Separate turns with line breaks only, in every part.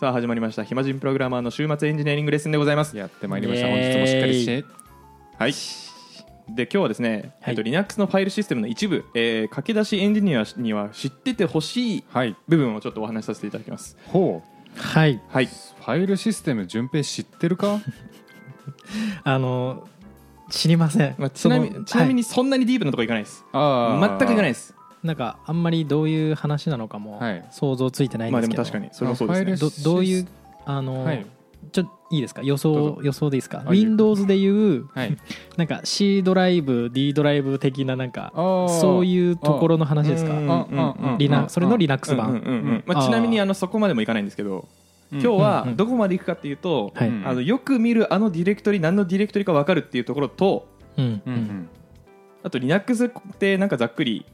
さあ始まりました暇人プログラマーの週末エンジニアリングレッスンでございます
やってまいりました
イエ
本
ーイ
日もしっかりして
はいで今日はですね、
はい
えっと Linux のファイルシステムの一部、えー、書き出しエンジニアには知っててほしい
はい
部分をちょっとお話しさせていただきます
ほう
はい
はい
ファイルシステム順平知ってるか
あの知りません、
まあ、ちなみ
その
ちなみ
は
にそんなにディープなとこ行かないです
あ
全く行かないで
い
す
いなんかあんまりどういう話なのかも
はい
想像ついてないん
まあ
で
ですも
けど、
確かにそれもそうです
ファイ
ね
ル
どどういうあの、
はい
ちょいいですか予
どう
想
ぞ
予想でいいですか
あいいよ
Windows でいう
はい
なんか C ドライブ D ドライブ的ななんか
ああ
そういうところの話です
う
か
ん
ああああ
リ
あ
ナ
あ
それの Linux
うんうん
版
うんうん
うん
まあ、ちなみに
あー
あのそこまでもいかないんですけど
う
今
ん
日
うん
は
うん
どこまで行くかっていうと、
はい
うん
あのよく見るあのディレクトリ何のディレクトリか分かるっていうところと
うん
うんうん
あと Linux ってなんかざっくり、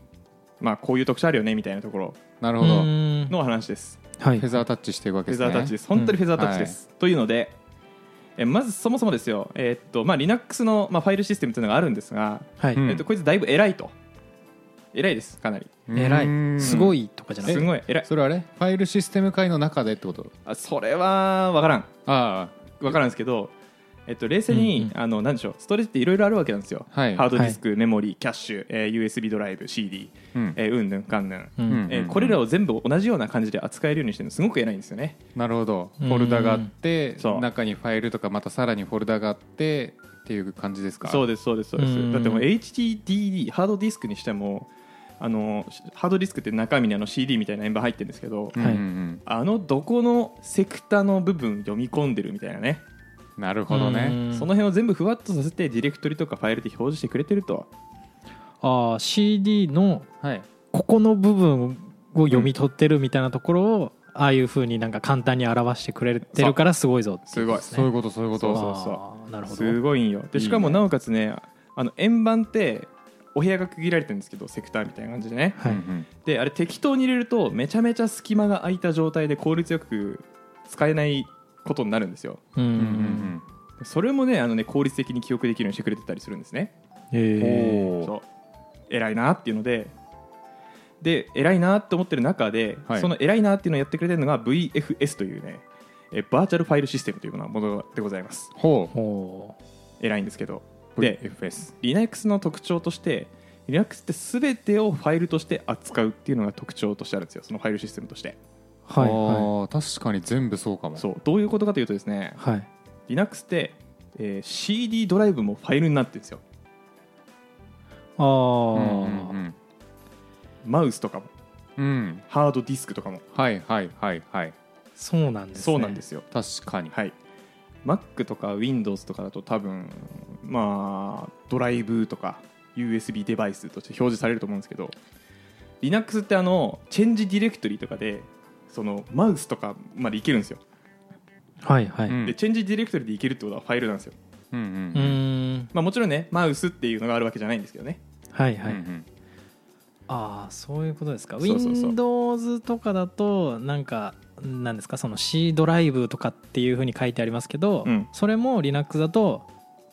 まあ、こういう特徴あるよねみたいなところ
なる
う
ほどフ
ん
のお話です
はい
ェザータッチしていくわけ
フェ
で
ザ
すね
ータッチです本当にフェザータッチです、というのでえまずそもそもですよ、えーっとまあ、Linux の、まあ、ファイルシステムというのがあるんですが、
はい、
うん
えっとこいつだいぶ偉いと偉いですかなり
偉
うー
い
ん
すごいとかじゃな
す
い
ごい偉い
それはあれファイルシステム界の中でってこと
あそれは分からん
あ
分からんですけど、えっと、冷静に、
う
あのなんでしょうストレージっていろいろあるわけなんですよ、
はい
ハードディスク、メモリーキャッシュ、えー USB ドライブ CD、
あうん
えーうんぬんかんぬん、
う
うん
ん
えーこれらを全部同じような感じで扱えるようにしてるのすごく偉いんですよね
なるほどフ
うん
ォルダがあって
そう
中にファイルとかまたさらにフォルダがあってっていう感じですか
そううですそうですそうです
うん
だってもう HDD ハードディスクにしてもあのハードディスクって中身にあの CD みたいな円盤入ってるんですけど、
んうんうん
あのどこのセクタの部分読み込んでるみたいなね、
なるほどね
うん
その辺を全部ふわっとさせてディレクトリとかファイルで表示してくれてると
あー CD の
はい
ここの部分を読み取ってるみたいなところをああいうふうになんか簡単に表してくれてるからすごいぞって
すごい
そういうことそういうこ
そ
と
うそうそう
あーなるほど
すごいんよで
いいね
しかもなおかつねあの円盤ってお部屋が区切られてるんですけどセクターみたいな感じでね
はい
うん
であれ適当に入れるとめちゃめちゃ隙間が空いた状態で効率よく使えないことになるんですよ
うんう
うんうん
ん
それもねあのね効率的に記憶できるようにしてくれてたりするんですね
うん
へ
おー
そう偉いなっていうのでで偉いなって思ってる中で、
はい
その偉いなっていうのをやってくれてるのが VFS というねえバーチャルファイルシステムというようなものでございます
ほ
ーお
偉いんですけど
う
で
FS
Linux の特徴として Linux って全てをファイルとして扱うっていうのが特徴としてあるんですよそのファイルシステムとして
ーはい
あ
は
ー確かに全部そうかも
そうどういうことかというとですね
いはい
Linux って、えー CD ドライブもファイルになってるんですよ
あ
うんう
ー
ん
マウスとかも
うんうん
ハードディスクとかも
はいはいはいはい
そうなんですね
そうなんですよ、
確かに
はい Mac とか Windows とかだと多分まあドライブとか USB デバイスとして表示されると思うんですけど Linux ってあのチェンジディレクトリとかでそのマウスとかまでいけるんですよ
はいはいううん
でチェンジディレクトリでいけるってことはファイルなんですよ、
うん
ー
うん
ん
まあ、もちろんねマウスっていうのがあるわけじゃないんですけどね
はい
うんう
はい
ん
ああそういうことですか
そうそうそう
Windows とかだとなんかなんですかその C ドライブとかっていうふうに書いてありますけど、
うん
それも Linux だと、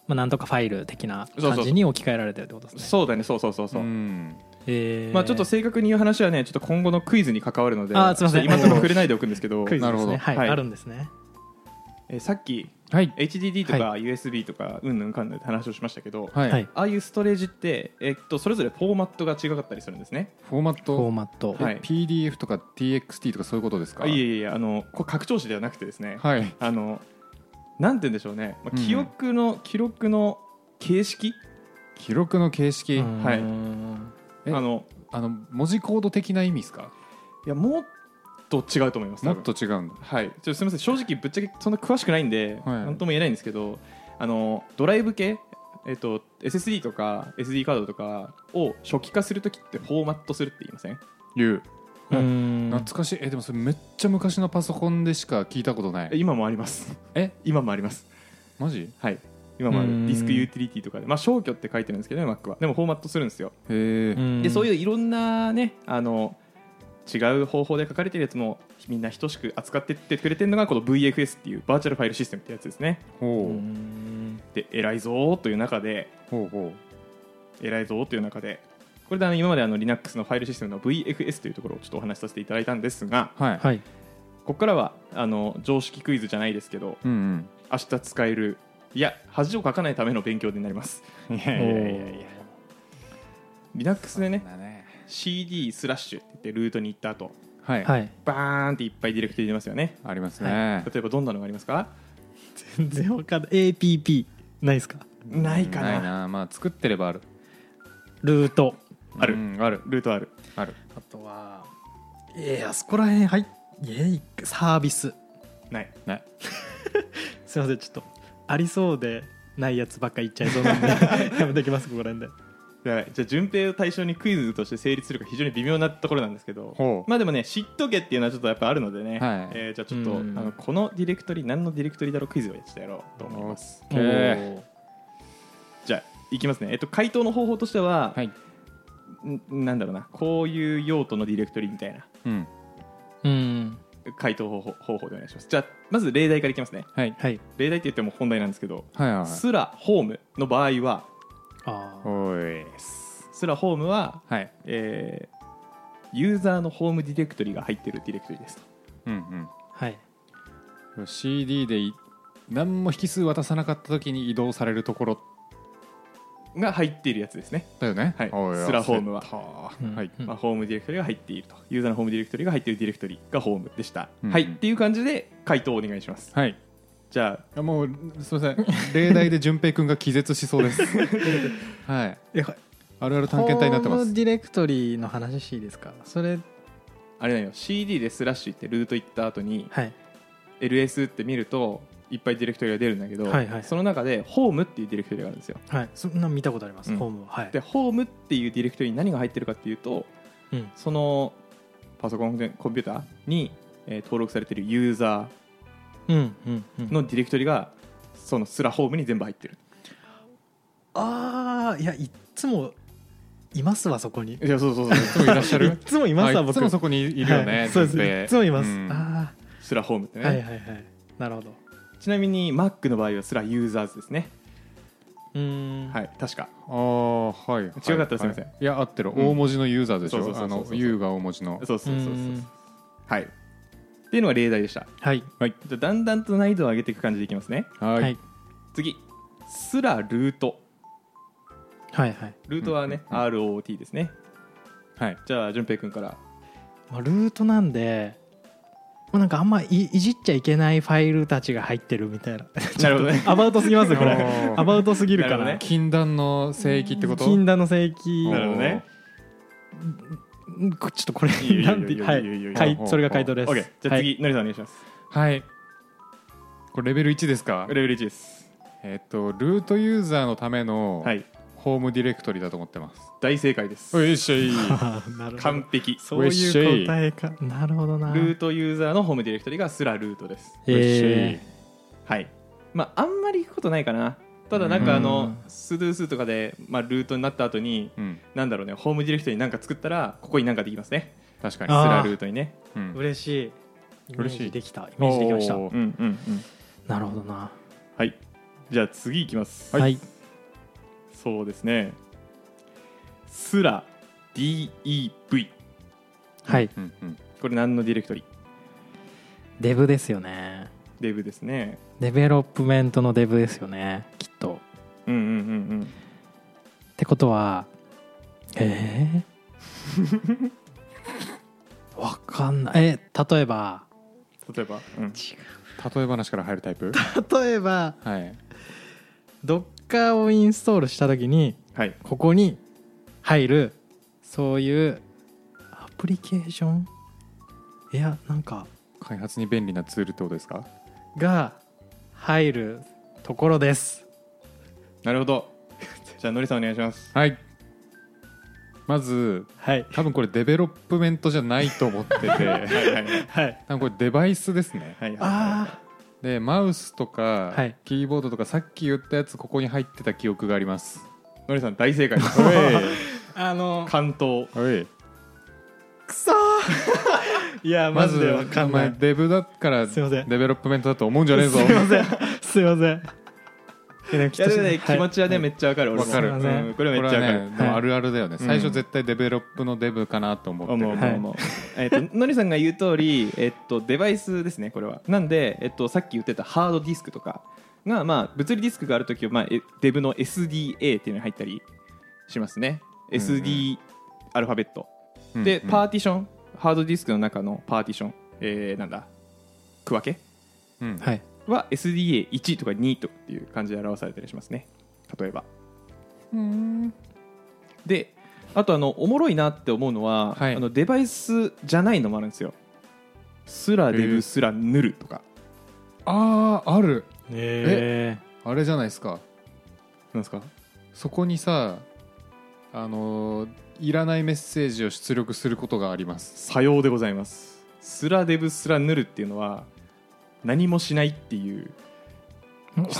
まあ、なんとかファイル的な
そうそう
感じに置き換えられてるってことですね
そうだねそうそうそうそう、
うん
えー
まあ、ちょっと正確に言う話はねちょっと今後のクイズに関わるので
あーすいません
ちょっと今のところ触れないでおくんですけど
クイズ
な
で
る
す
ほど
ねはい、
はい
あるんですね
えーさっき
はい
HDD とか USB とかうんぬんかんぬんって話をしましたけど、
はい、
はい
ああいうストレージって、えっとそれぞれフォーマットが違かったりするんですね
フォーマッ
フォー
ト
マット
はい
PDF とか TXT とかそういうことですか
あいえいえいえあのこれ拡張子ではなくてですね、
はい
あのなんて言うんでしょうね、まあ、
うん
記憶の、記録の形式
記録の形式、
はいう
ーん
あ
え
の
あの文字コード的な意味ですか
いやもっと違うと思います
も
多
っ
分
と違うんだ
はい、ちょっとすみません、正直ぶっちゃけそんな詳しくないんで、
はい
なんとも言えないんですけど、あのドライブ系、えっと SSD とか SD カードとかを初期化するときってフォーマットするって言いません
いう
う
う
ーん
懐かしいえでもそれめっちゃ昔のパソコンでしか聞いたことない
今もあります、
え
今もあります、
マジ
はい、今もある
うん
ディスクユーティリティとかで、まあ、消去って書いてるんですけどね、Mac は。でもフォーマットするんですよ。
へ
う
え
ーん
でそういういろんなねあの違う方法で書かれてるやつもみんな等しく扱ってってくれてるのがこの VFS っていうバーチャルファイルシステムってやつですね。
うー
ほうん
で偉いぞーという中で
ほうほ
偉いぞという中でこれであの今まであの Linux のファイルシステムの VFS というところをちょっとお話しさせていただいたんですが、
うはい、
はい
ここからはあの常識クイズじゃないですけど
うん
明日使えるいや恥をかかないための勉強になります
うんいやいやいやいや
Linux でね
そうだ
CD スラッシュって言ってルートに行った後
はい、
はい
バーンっていっぱいディレクト入れますよね
ありますね、
例えばどんなのがありますか
全然わかんない APP ないですか
ないかな
ないなまあ作ってればある
ルート
ある
うんある
ルートある
ある
あとはえー、あそこら辺はいえー、サービス
ない
ない
すいませんちょっとありそうでないやつばっか言っちゃいそうな んでやめときますここら辺で
やばいじゃあ順平を対象にクイズとして成立するか非常に微妙なところなんですけど
ほう
まあでもね知っとけっていうのはちょっとやっぱあるのでね、
はい
えーじゃあちょっとあ
うん
のこのディレクトリ何のディレクトリだろうクイズをやってやろうと思います
オッケー
おー
じゃあいきますね、えっと、回答の方法としては、
はい
んなんだろうなこういう用途のディレクトリみたいな
うん
うん
回答方法方法でお願いしますじゃあまず例題からいきますね
はい
はい
例題って言っても本題なんですけど
はい
「
はい
すらホーム」の場合は
あー
おい
「すらホームは」
はい
えーユーザーのホームディレクトリが入ってるディレクトリですと
うん
はい
うん CD でい何も引数渡さなかった時に移動されるところ
が入っているやつですね、
だよね
はい
お
スラホームは
焦った
うん
はい
うん
まあ、ホームディレクトリが入っているとユーザーのホームディレクトリが入っているディレクトリがホームでした、
うんうん
はいっていう感じで回答をお願いします
はい
じゃ
あもうすみませ ん例題で順平君が気絶しそうです はいあるある探検隊になってま
ホーム
す
ディレクトリの話していいですかそれ
ああれだよ CD でスラッシュってルート行った後に
はい
LS って見るといっぱいディレクトリが出るんだけど、
はいはい
その中でホームっていうディレクトリがあるんですよ
はいそんな見たことあります、
うん
ホームははい
でホームっていうディレクトリに何が入ってるかっていうと
うん
そのパソコンコンピューターに、えー登録されてるユーザ
うんうんうん
ーのディレクトリがそのスラホームに全部入ってる
ああいやいっつもいますわそこにい
いやそうそうそう
いつもいらっしゃ
っ
る
つもいますわ
あい
僕
つもそこにいるよね、
はいそうです
順平
いつもいます、
うん
あ
スラホームって
あ、
ね、
はいはいはいなるほど
ちなみに Mac の場合はスラユーザーズですね
うーん
はい確か
ああはい違か
違かったらすいません
いや合ってる
うん
大文字のユーザーでし
そうそう
ょ
そう
あ
そう
の U が大文字の
そうそうそうそう
うーん
はいっていうのが例題でした
はい
はい
じゃあだんだんと難易度を上げていく感じでいきますね
は
はい
次スラルート
はいはい、
ルートはね、
うんうん
ROT ですね
はい
じゃあ淳平君から
まあ、ルートなんでもうなんかあんまいいじっちゃいけないファイルたちが入ってるみたいな
なるほどね
アバウトすぎますよこ
お
れ
ー
アバウトすぎるか
な
ら
る
禁断の聖域ってこと
禁断の聖域
なるほどね
うんこちょっとこれ
いいよいいよ
なんて
いいよ
はい
いいよいいよいいよ
はいそれが回答です
OK じゃあ
はい
次のりさんお願いします
はいこれレベル1ですか
レベル1です
えっとルートユーザーのための
はい
ホームディレクトリだと思ってます
大正解です
よいしょい
なるほど
完璧
そういう答えかなるほどな
ルートユーザーのホームディレクトリがスラルートです
え
はいまああんまり行くことないかなただなんかあ
う
の
ん
スドゥースとかで、まあ、ルートになった後に
うん
なんだろうねホームディレクトリに何か作ったらここに何かできますね
確か
ス
に
あー
ラルートにね
う
ー
ん
嬉しいイメ
嬉しい
ージできたイメージできました
おー
うんうんうん
なるほどな
はいじゃあ次いきます
はい
そうですねスラ DEV
はい
うんうん
これ何のディレクトリ
デブですよね
デブですね
デベロップメントのデブですよねきっと
うんうんうん
ってことはえー、 わかんないえ例え ば
うん例えば、うん
例え話から入るタイ プ
例えば
はい
ドッカーをインストールした時に
はい
ここに入るそういうアプリケーションいやなんか
開発に便利なツールってことですか
が入るところです
なるほど じゃあのりさんお願いします
はいまず
はい
多分これデベロップメントじゃないと思 ってて
はいはいはい
はい
多分これデバイスですね
はいは
あ
でマウスとか、
はい
キーボードとかさっき言ったやつここに入ってた記憶があります
いのりさん大正解 です
ーあの
関東
おい
くそーいやマ
ま
ジ
ず
でわかん
お
な
前
い
デブだから
すいませ ん
デベロップメントだと思うんじゃねえぞ
すいませんすいませんや
いやでもね気持
ち
ちはねめっちゃわかる俺も
わかる
うんこれめ
これ
っちゃ
は
わかる
ねでもあるあるだよね
うん
最初絶対デベロップのデブかなと思って
思う
る
思う思うえっとのりさんが言う通りえっとデバイスですねこれはなんでえっとさっき言ってたハードディスクとかがまあ物理ディスクがある時はまあえデブの SDA っていうのに入ったりしますね
うん
SD アルファベットで
うん
パーティションハードディスクの中のパーティションえーなんだ区分け
うん
はい
は SDA1 とか2とかっていう感じで表されたりしますね例えばであとあのおもろいなって思うのは、
はい
あのデバイスじゃないのもあるんですよスラデ
へえ
ブスラヌルとか、
ああある
え
あれじゃないですか
なんですか
そこにさあのーいらないメッセージを出力することがあります
さようでございますスラデブスラヌルっていうのは何もしないっていう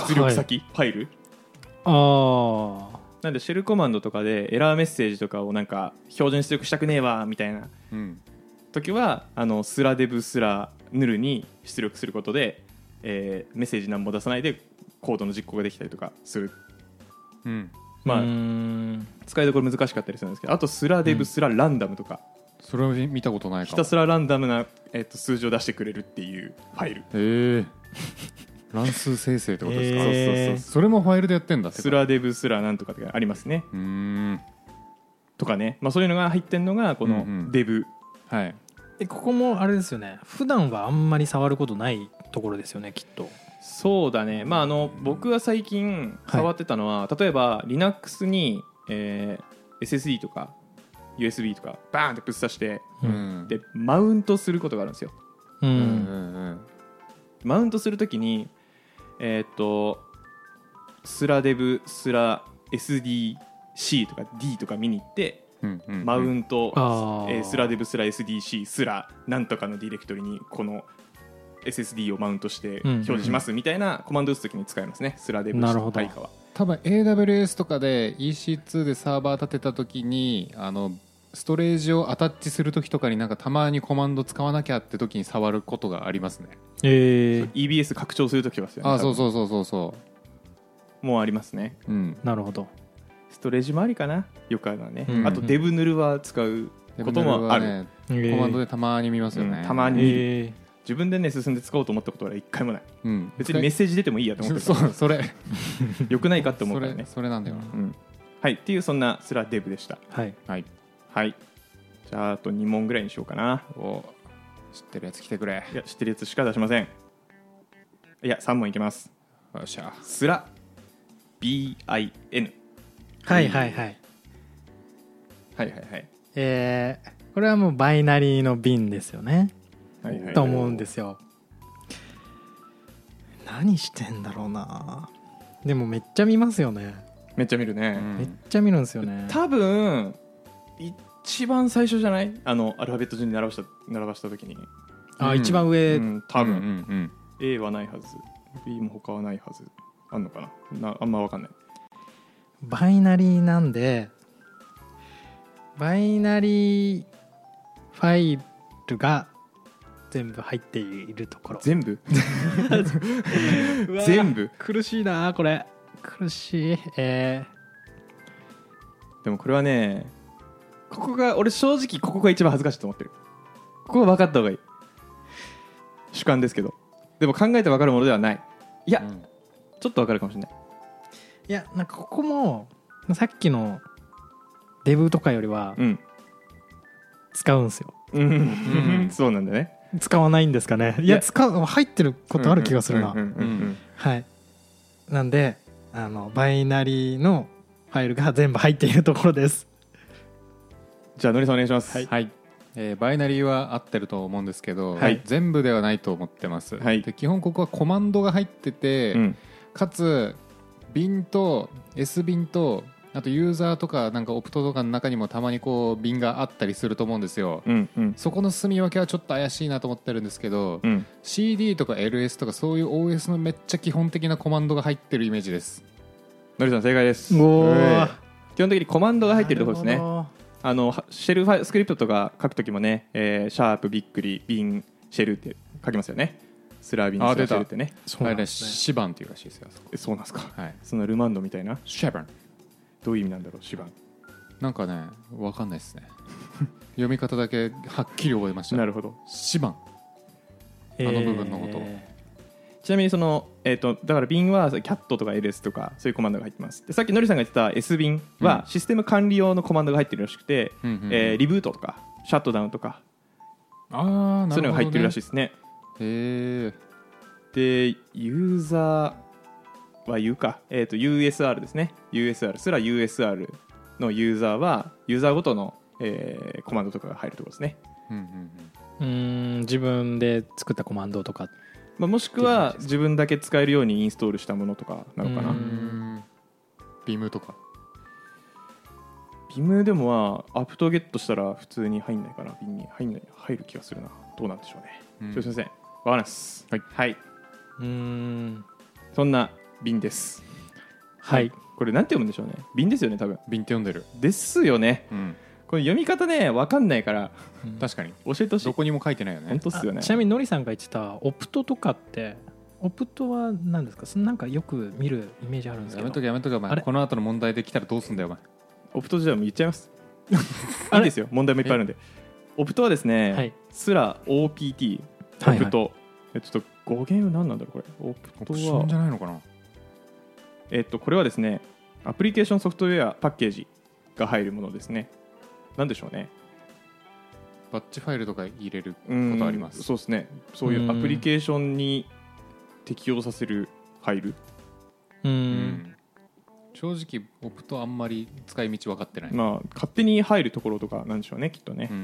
出力先、ファイル
ああ
なんでシェルコマンドとかでエラーメッセージとかをなんか標準出力したくねえわみたいな
うん
時はあのスラデブスラヌルに出力することで、えーメッセージ何も出さないでコードの実行ができたりとかする
うん
まあ
うん
使いどころ難しかったりするんですけどあとスラデブスラランダムとか、
それを見たことない
ひ
かも
たすらランダムな、えっと数字を出してくれるっていうファイル
へえ 乱数生成ってことですか、
へー
そうそうそうそれもファイルでやってんだって
スラデブスラなんとかってありますね
うーん
とかね、まあ、そういうのが入ってるのがこ
う
の
んうん
デブ
はい
でここもあれですよね普段はあんまり触ることないところですよねきっと
そうだね、まあ、あの僕が最近触ってたのは、例えば Linux に、えー SSD とか USB とかバーンってぶっ刺して
う
うん
でマウントすることがあるんですよ
う
うんうんん
マウントするときにえーっとスラデブスラ SDC とか D とか見に行って
うんうん
マウント、
あー
えースラデブスラ SDC スラなんとかのディレクトリにこの SSD をマウントして表示しますみたいなコマンド打つときに使いますねスラデブ
なるほど
対価は
多分 AWS とかで EC2 でサーバー立てた時にあのストレージをアタッチする時とかになんかたまにコマンド使わなきゃって時に触ることがありますね
ええ
EBS 拡張するときはですよね
あそう
う
そうそうそうそ
もうありますね
ううん
なるほど
ストレージもありかなよくあるのはね、
うん
あとデブヌルは使うこともある、
ね
コ
コマンドでたまに見ますよね、
うんたまに
え
自分でね進んで使おうと思ったことは一回もない
うん
別にメッセージ出てもいいやと思って
そうそれ
よくないかって思
そ
ったら
れ
ね、
それなんだよな
うんはいっていうそんなスラデブでした
ーはい
はい
はいじゃああと2問ぐらいにしようかな
お知ってるやつ来てくれ
いや知ってるやつしか出しませんいや3問いきます
よっしゃ
スラ BIN
はいはいはい
はいはいはい
えーこれはもうバイナリーの瓶ですよね
はいはい
と思うんですよ何してんだろうなでもめっちゃ見ますよね
めっちゃ見るね、
うん
めっちゃ見るんですよね
多分一番最初じゃないあのアルファベット順に並ばした並ばした時に、
あ一番上
うん多分、
うん
A はないはず B も他はないはずあんのかななあんま分かんない
バイナリーなんでバイナリーファイルが全部入っているところ
全部
うわー
全部
苦しいなこれ苦しいえ
でもこれはねここが俺正直ここが一番恥ずかしいと思ってるここは分かった方がいい主観ですけどでも考えて分かるものではないいや、
うん
ちょっと分かるかもしれない
ーいやなんかここもさっきのデブとかよりは
うん
使うんですよ
うん
うん
そうなんだね
使わないんですかねいや
いや
使う入ってることある気がするな、
うんうんうんうん
はいなんであのバイナリーのファイルが全部入っているところです
じゃあのりさんお願いします
はい、えーバイナリーは合ってると思うんですけど、
はい
全部ではないと思ってます、
はい
で基本ここはコマンドが入ってて、
うん
かつビンと S ビンとあとユーザーとかなんかオプトとかの中にもたまにこうビンがあったりすると思うんですよ、
うんうん
そこの住み分けはちょっと怪しいなと思ってるんですけど、
うん
CD とか LS とかそういう OS のめっちゃ基本的なコマンドが入ってるイメージです
のりさん正解です
おー
ええ基本的にコマンドが入ってるところです
な
ね
るほど
あのはシェルファイスクリプトとか書くときもね、えーシャープびっくりビンシェルって書きますよねスラービン
あ
に
出
知
た
らせるってね
そう
あ
なん
れ
ですね
シバンっていうらしいですよあそこ
えそうなんですか
はい
そのルマンドみたいな
シバン
どういう意味なんだろうシバン
なんかねわかんないですね 読み方だけはっきり覚えました
なるほど
シバンあの部分のこと
え
ちなみにその、えー、とだから瓶はキャットとか LS とかそういうコマンドが入ってますでさっきのりさんが言ってた S 瓶は
うん
システム管理用のコマンドが入ってるらしくて、
うんうんうん
えーリブートとかシャットダウンとか
ああ
そういうのが入ってるらしい
い
ですね
へえ
でユーザーは言うか、えー、と USR ですね USR すら USR のユーザーはユーザーごとの、えーコマンドとかが入るところですね、
うんうんうん
うーん自分で作ったコマンドとか
まあ、もしくは自分だけ使えるようにインストールしたものとかなのか
う
なん
ビームとか
ビムでもまあアップトゲットしたら普通に入んないかなビムに入んない入る気がするなどうなんでしょうね、
うん
ちょっとすいませんわかんないです
はい、
うーん
そんな瓶です
はい
これなんて読むんでしょうね瓶ですよね多分
ビンって読んでる
ですよね
うん
これ読み方ねわかんないから
確かに
教えてほしい
どこにも書いてないよね
本当っすよね
あちなみにのりさんが言ってたオプトとかってオプトは何ですかそのなんかよく見るイメージあるんです
や
け
めと
ど
けやめとけお
あ
前
れ
この後の問題できたらどうすんだよお前
オプト時代も言っちゃいますいいですよ問題もいっぱいあるんでオプトはですね、
はい
スラ OPT オ
はいはい
プト、えちょっと語源は何なんだろうこれオプ
オ
ト
プションじ
は
ゃないのかな
えっと、これはですね、アプリケーションソフトウェアパッケージが入るものですね。なんでしょうね。
バッチファイルとか入れるこ
うん
とあります
そうですね。そういうアプリケーションに適用させるファイル。
う
うんん正直オプトあんまり使い道分かってない
まあ、勝手に入るところとかなんでしょうね、きっとね。
うん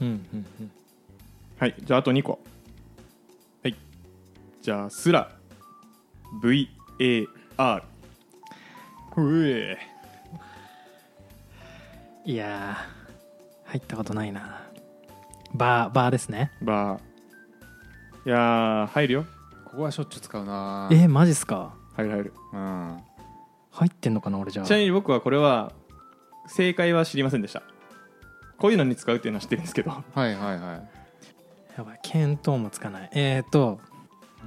うんうんうん
はい、じゃああと2個。はい。じゃあ、スラ、VAR。うえ
いやー入ったことないなバーバーですね
バー。いやー、入るよ。
ここはしょっちゅう使うな
えー、マジっすか
入る入る。
うん
入ってんのかな俺じゃあ
ちなみに僕はこれは正解は知りませんでしたこういうのに使うっていうのは知ってるんですけど
はいはいはい
やばい見当もつかないえーと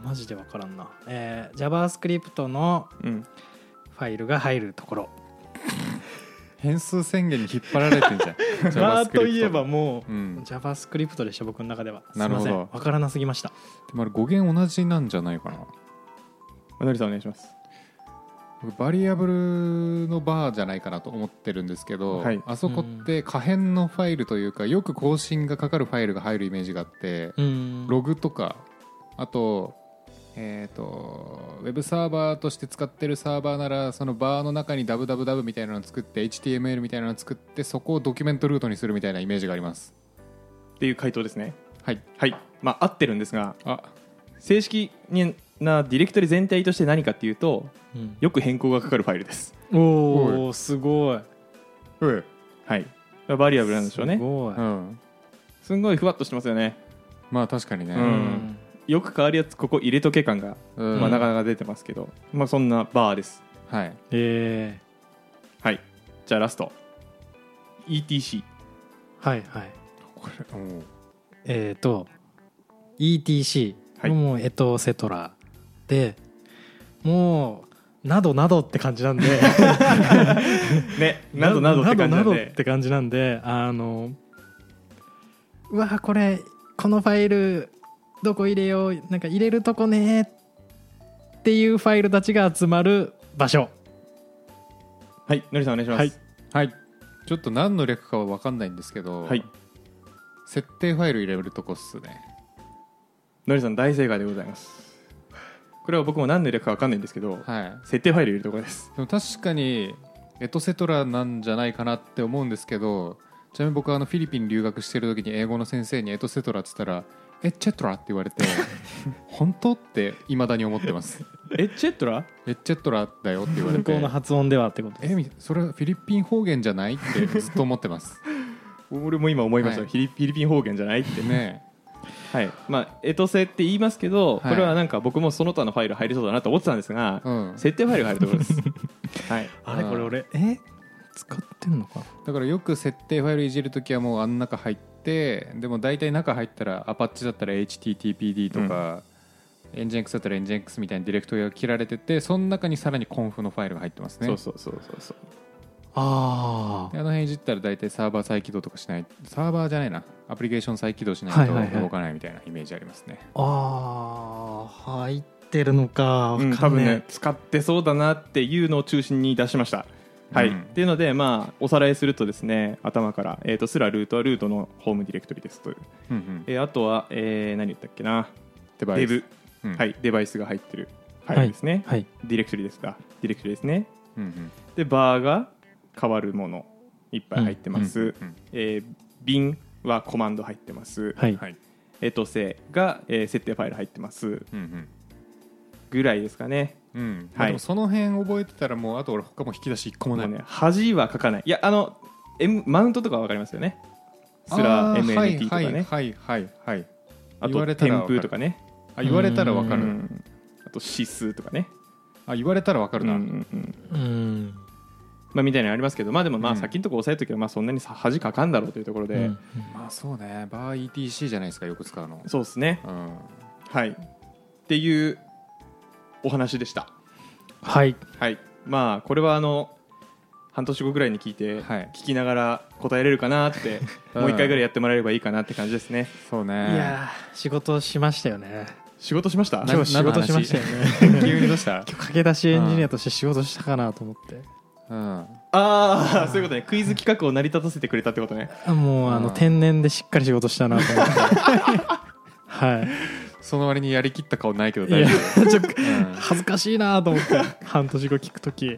マジでわからんなえー、JavaScript の
うん
ファイルが入るところ
変数宣言に引っ張られてんじゃん
まあ
JavaScript
といえばも
うん
JavaScript でした僕の中ではすい
なる
ま
ほど
せんわからなすぎました
でもあれ語源同じなんじゃないかな
うのりさんお願いします
僕バリアブルのバーじゃないかなと思ってるんですけど、
はい
あそこって可変のファイルというかよく更新がかかるファイルが入るイメージがあって
うん
ログとかあと,、えー、とウェブサーバーとして使ってるサーバーならそのバーの中に www みたいなのを作って HTML みたいなのを作ってそこをドキュメントルートにするみたいなイメージがあります
っていう回答ですね
はい
はいまあ合ってるんですが
あ
正式になディレクトリ全体として何かっていうと
うん
よく変更がかかるファイルです
おおすごい
うん、
はいバリアブルなんでしょう
す
ね
ごい
すんごいふわっとしてますよね
まあ確かにね、
うんよく変わるやつここ入れとけ感が、
うん
まあ、なかなか出てますけど、まあそんなバーです
はい
え
はいじゃあラスト ETC
ー、はいはい
これおう
えー、と ETC、
はい
もうえっとセトラでもうなどなどって感じなんで
ねなどなどって感じなん
などなどっ
で
て感じなんであのうわこれこのファイルどこ入れようなんか入れるとこねっていうファイルたちが集まる場所
はいのりさんお願いします
はい
はいちょっと何の略かは分かんないんですけど、
はい
設定ファイル入れるとこっすね
のりさん大正解でございますこれは僕も何の入れか分かんないんですけど、
はい
設定ファイル入れるところです
でも確かにエトセトラなんじゃないかなって思うんですけどちなみに僕はあのフィリピン留学してる時に英語の先生にエトセトラって言ったらエチェトラって言われて本当っていまだに思ってます
えチェットラ
エチェトラだよって言われ
向こう
て
の発音ではってことです
えみそれはフィリピン方言じゃないってずっと思ってます
俺も今思いました、
はい
フィリフィリピン方言じゃないって
ね
はいまあエトセって言いますけど、
は
こ
い
れはなんか僕もその他のファイル入りそうだなと思ってたんですが、
うん
設定ファイルが入るとこ ろですはい
あれ
うん
これ俺え使ってんのかな
だからよく設定ファイルいじる時はもうあん中入ってでも大体中入ったらアパッチだったら HTTPD とか、エンジン X だったらエンジン X みたいなディレクトリが切られててその中にさらにコンフのファイルが入ってますね
そうそうそうそうそう
あ
であの辺いじったら大体サーバー再起動とかしないサーバーじゃないなアプリケーション再起動しないと
はいはいはい
動かないみたいなイメージありますね、
あああ入ってるのか
うん、
分か
多
んね
分
え、
ね使ってそうだなっていうのを中心に出しました。はい
うん
っていうので、まあ、おさらいするとですね頭から、えー、とスラルートはルートのホームディレクトリですという、
うんうん
えーあとは、えー何言ったっけな
デバ
デ
イス
ブ、
うん
はい、デバイスが入ってるファイルですね、
はい
ディレクトリですかディレクトリですね
うんうん
でバーが変わるものいっぱい入ってます、
うんうん
えービンはコマンド入ってます、
は
うん
い
はい
エトセが、えー設定ファイル入ってます
うんうん
ぐらいですかね
うん
はい
でもその辺覚えてたらもうあと俺他も引き出し1個も
も
な
う
い
ね恥は書かないいやあの、M、マウントとかは分かりますよねスラ
あー
MNT とかね、
はいはいはいはいはい
あ
言わ
と
れたら
添
わかる
付とかね
あ言われたらわか
う
る
んあと指数とかね
あ言われたらわか
う
る
んう
な、
んうん
うん
まあみたいなのありますけどまあでもま
う
あ
ん
先のとこ押さえときはまあそんなにさ恥かかんだろうというところで、
うん
まあそうねバー ETC じゃないですかよく使うの
そうですね
うん
はいっていうお話でした
はい
はいまあこれはあの半年後ぐらいに聞いて
はい
聞きながら答えれるかなって
うん
もう一回ぐらいやってもらえればいいかなって感じですね
そうね
いやー仕事しましたよね
仕事しました
な
今日仕
何の
事
話
しましたよね
急にどうした
今日駆け出しエンジニアとして仕事したかなと思って
うん
ああそういうことねクイズ企画を成り立たせてくれたってことね
あもうあの
うん
天然でしっかり仕事したなと思ってはい
その割にやりきった顔ないけど
いや
大丈
ちょっと
夫うん
恥ずかしいなと思って半年後聞くとき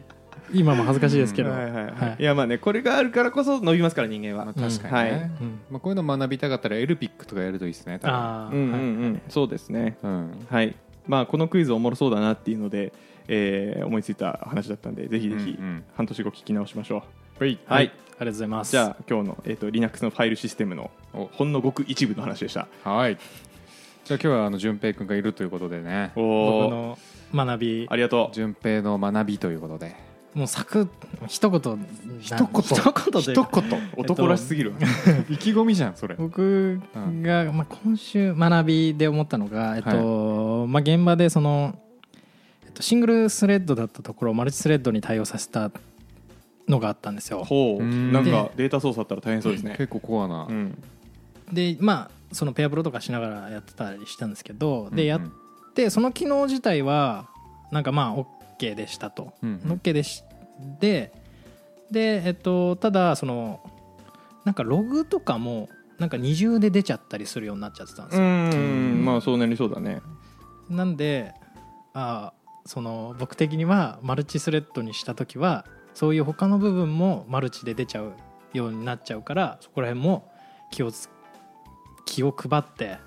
今も恥ずかしいですけど、
はいはいはい、
はい
い、やまあねこれがあるからこそ伸びますから人間は、
まあ
うん
確かに
はい
ね
うん
まあこういうの学びたかったらエルピックとかやるといいですね多分
ああ、
うんうんう
はい
ん、そうですね
うん
はいまあこのクイズおもろそうだなっていうので、えー思いついた話だったんでぜひぜひ
うんうん
半年後聞き直しましょう、
はい
はい
ありがとうございます
じゃあ今日の、えー、と Linux のファイルシステムの
お
ほんのごく一部の話でした
はいじゃあ今日はあの順平くんがいるということでね
お
僕
ー
の学び
ありがとう
順平の学びということで
もうサクッ一言一言一言で
男らしすぎるわ、
意気込みじゃんそれ
僕が、まあ、今週学びで思ったのが、えっとまあ、現場でその、えっと、シングルスレッドだったところをマルチスレッドに対応させたのがあったんですよ
ほう
うん
なんかデータ操作あったら大変そうですね
結構コアな
う、ん
でまあそのペアプロとかしながらやってたりしたんですけど、でやっ
うん
でその機能自体はなんかまあ OK でしたと、
うんうん
OK でしでで、えっと、ただそのなんかログとかもなんか二重で出ちゃったりするようになっちゃってたんです
う
よ、
んまあそうなりそうだね
なんであーその僕的にはマルチスレッドにした時はそういう他の部分もマルチで出ちゃうようになっちゃうからそこら辺も気をつ気を配って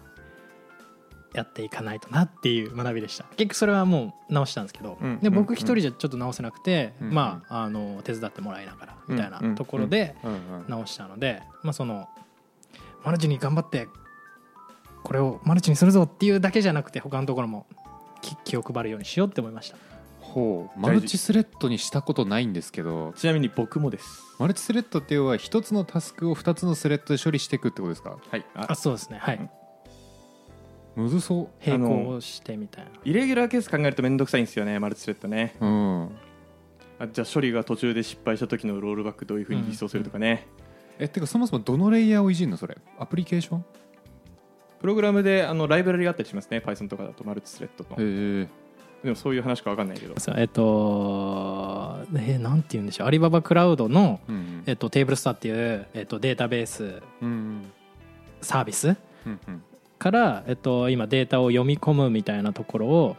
やっていかないとなっていう学びでした結局それはもう直したんですけど、
うん
で
うん
僕一人じゃちょっと直せなくて、
うん
まああの手伝ってもらいながらみたいな
うんうん
ところで
うんうん
直したので、まあ、そのマルチに頑張ってこれをマルチにするぞっていうだけじゃなくて他のところも気気を配るようにしようって思いました
ほうマルチスレッドにしたことないんですけど
ちなみに僕もです
マルチスレッドっていうのは一つのタスクを二つのスレッドで処理していくってことですか
はいあ
あそうですねはい
むずそ
並行してみたいな
イレギュラーケース考えるとめんどくさいんですよねマルチスレッドね
ううん
あじゃあ処理が途中で失敗した時のロールバックどういうふうに実装するとかね、
えてかそもそもどのレイヤーをいじるのそれアプリケーション
プログラムであのライブラリがあったりしますね Python とかだとマルチスレッドの
え
でもそういう話か分かんないけど
そうえっとえーなんて言うんでしょうアリババクラウドの、
えうん
えっと、テーブルスターっていう、えっと、データベース
うんうん
サービス
うんうん
から、えっと、今データを読み込むみたいなところを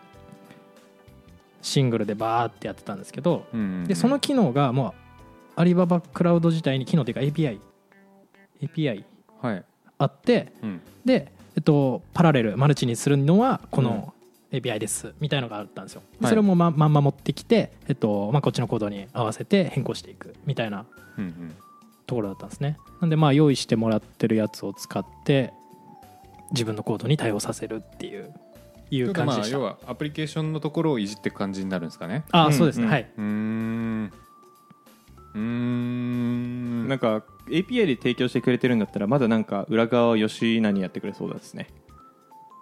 シングルでバーってやってたんですけど、
うんうんうん
でその機能がもうアリババクラウド自体に機能というか API API
はい
あって
うん
で、えっと、パラレルマルチにするのはこの API ですみたいのがあったんですよで
はい
それもままんま持ってきて、えっとまあ、こっちのコードに合わせて変更していくみたいな
うんうん
ところだったんですねなんでまあ用意してもらってるやつを使って自分のコードに対応させるっていういう感じでし
というかまあ要
た
はアプリケーションのところをいじっていく感じになるんですかね
ああそうですね、
うん
はいう
ーんうーん
なんか API で提供してくれてるんだったらまだなんか裏側を吉なにやってくれそうですね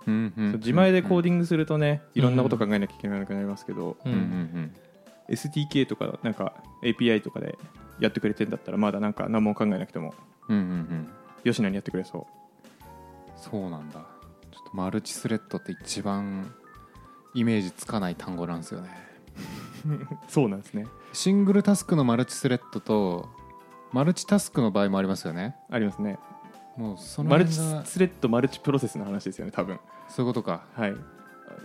うんうん
そう自前でコーディングするとねいろんなこと考えなきゃいけなくなりますけど、
う
う
んうんうん
ん、
SDK とかなんか API とかでやってくれてんだったらまだなんか何も考えなくても
うんうんうん
吉野にやってくれそ
そうなんだちょっとマルチスレッドって一番イメージつかない単語なんですよね
うそうなんですね
シングルタスクのマルチスレッドとマルチタスクの場合もありますよね
ありますね
もうその
マル
辺
チ
が
スレッドマルチプロセスの話ですよね多分
そういうことか
はい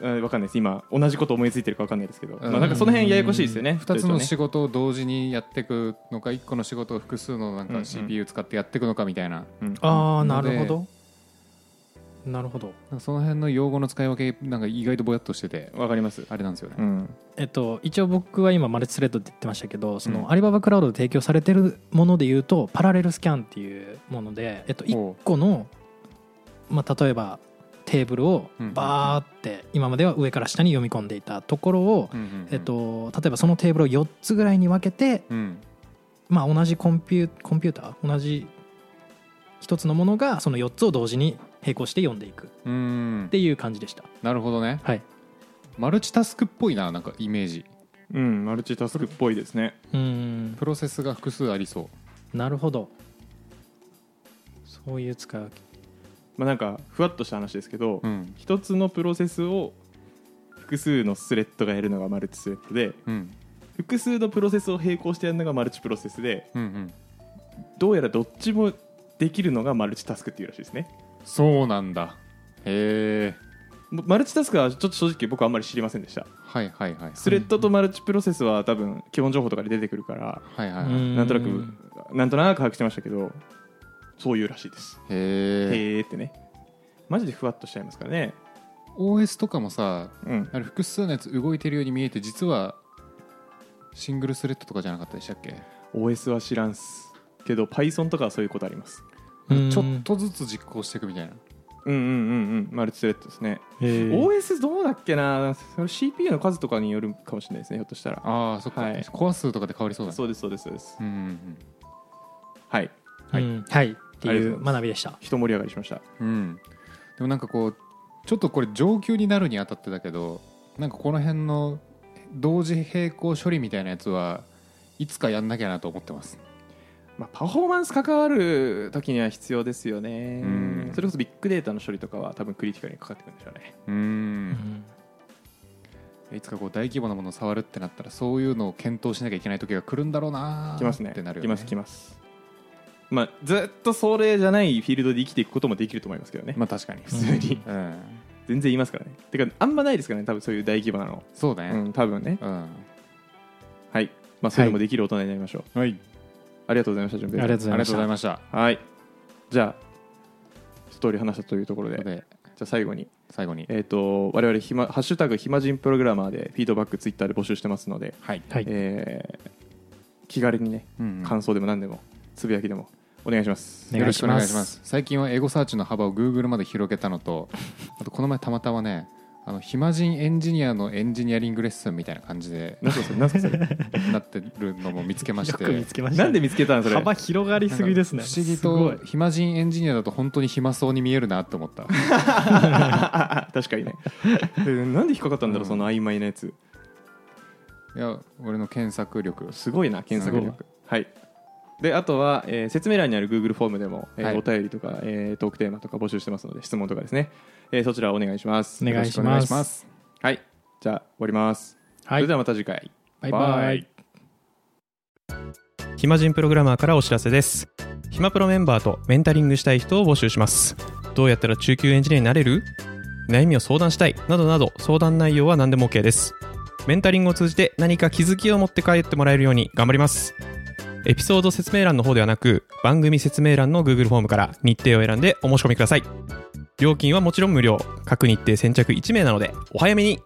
分かんないです今同じこと思いついてるか分かんないですけど、まあ、
うん
なんかその辺ややこしいですよね
2つの仕
事
事を同時にやっていくのか1個の仕事を複数のなん
うんう
か
ん
CPU 使ってやっていくのかみたいな
ああ
な
な
ので
るほどなるほど
なんかその辺の用語の使い分けなんか意外とぼやっとしてて
わかります
あれなんですよね
うん
えっと一応僕は今マルチスレッドって言ってましたけどそ
う
の、
ん
アリババクラウドで提供されてるもので言うとパラレルスキャンっていうもので、えっと、
おう
1個の、まあ、例えばテーブルを
うん
バーって今までは上から下に読み込んでいたところを、
うんうんうん
えっと、例えばそのテーブルを4つぐらいに分けて、
うん
まあ、同じコンピュコンピューター同じ1つのものがその4つを同時に並行して読んでいくっ
うん
ていう感じでした。
なるほどね
はい
マルチタスクっぽいななんかイメージ
うんマルチタスクっぽいですね
うん
プロセスが複数ありそ
なるほどそういう使い分け
まあなんかふわっとした話ですけど、
ううん
一つのプロセスを複数のスレッドがやるのがマルチスレッドで
うん
複数のプロセスを並行してやるのがマルチプロセスで
うんうん
どうやらどっちもできるのがマルチタスクっていうらしいですね
そうなんだへえ
もマルチタスクはちょっと正直僕あんまり知りませんでした
はいはいはい
スレッドとマルチプロセスは多分基本情報とかで出てくるから
はいはいは
う
い
ん
なんとなくなんとなく把握してましたけどそういうらしいです
へえ
へーってねマジでふわっとしちゃいますからね
OS とかもさ
うん
あれ複数のやつ動いてるように見えて実はシングルスレッドとかじゃなかったでしたっけ
OS は知らんっすけど Python とかはそういうことあります
うん
ちょっとずつ実行していくみたいな
うんうんうんうんマルチスレッドですね
へー
OS どうだっけなそれ CPU の数とかによるかもしれないですねひょっとしたら
ああそっか、
はい
コア数とかで変わりそうだね
そうですそうですそうです
うんうん
はい
はい、はい、って
ありがと
い
うございま
う
す
学びでした
一盛り上がりしました
うん、うんでもなんかこうちょっとこれ上級になるにあたってだけどなんかこの辺の同時並行処理みたいなやつはいつかやんなきゃなと思ってます
まあ、パフォーマンス関わる時には必要ですよね
うん
それこそビッグデータの処理とかは多分クリティカルにかかってくるんでしょうね
うんいつかこう大規模なものを触るってなったらそういうのを検討しなきゃいけない時が来るんだろうなー
きますね
ってなるよ
き
ね
ますきますまあずっとそれじゃないフィールドで生きていくこともできると思いますけどね、
まあ確かに
普通に
うん
全然いますからねてかあんまないですからね多分そういう大規模なの
そう
う
ね
ん多分ね
うん
はいまあそれでもできる大人になりましょう、
はい
ありがとうございました準備
ありがとうござ
あり
いま
が
し
とうござい
た
まし
う
た
はいじゃあストーリー話したというところ
と
で
いうことで
じゃあ最後に
最後に
えっ、と我々ひまハッシュタグ暇人プログラマーでフィードバックツイッターで募集してますので、
はい
はい、
えー気軽にね
うん
感想でも何でもつぶやきでもお願いします、
ね
よろしくお願いし
お
ま
願いしますす
最近はエゴサーチの幅を Google まで広げたの とあとこの前たまたまねあの暇人エンジニアのエンジニアリングレッスンみたいな感じで
なんすかそれなんすかそれ
なってるのも見つけまし
よ
て
く見つけました
な
ね
んで見つけたんそれ
幅広がりすぎですね
なんか不思議
す
と暇人エンジニアだと本当に暇そうに見えるなと思った
確か にね、えーなんで引っかかったんだろう、その曖昧なやつ
いや俺の検索力
すごいな検索力はいであとは、えー説明欄にある Google フォームでも、えー
はい
お便りとか、えートークテーマとか募集してますので質問とかですね、えーそちらお願いします
お願いします
よろくお願すはいじゃあ終わります、
ご
そ
い
れで
は
は
い
また次回
バイバイ
暇人プログラマーからお知らせです暇プロメンバーとメンタリングしたい人を募集しますどうやったら中級エンジニアになれる悩みを相談したいなどなど相談内容は何でも OK ですメンタリングを通じて何か気づきを持って帰ってもらえるように頑張りますエピソード説明欄の方ではなく番組説明欄の Google フォームから日程を選んでお申し込みください料金はもちろん無料各日程先着1名なのでお早めに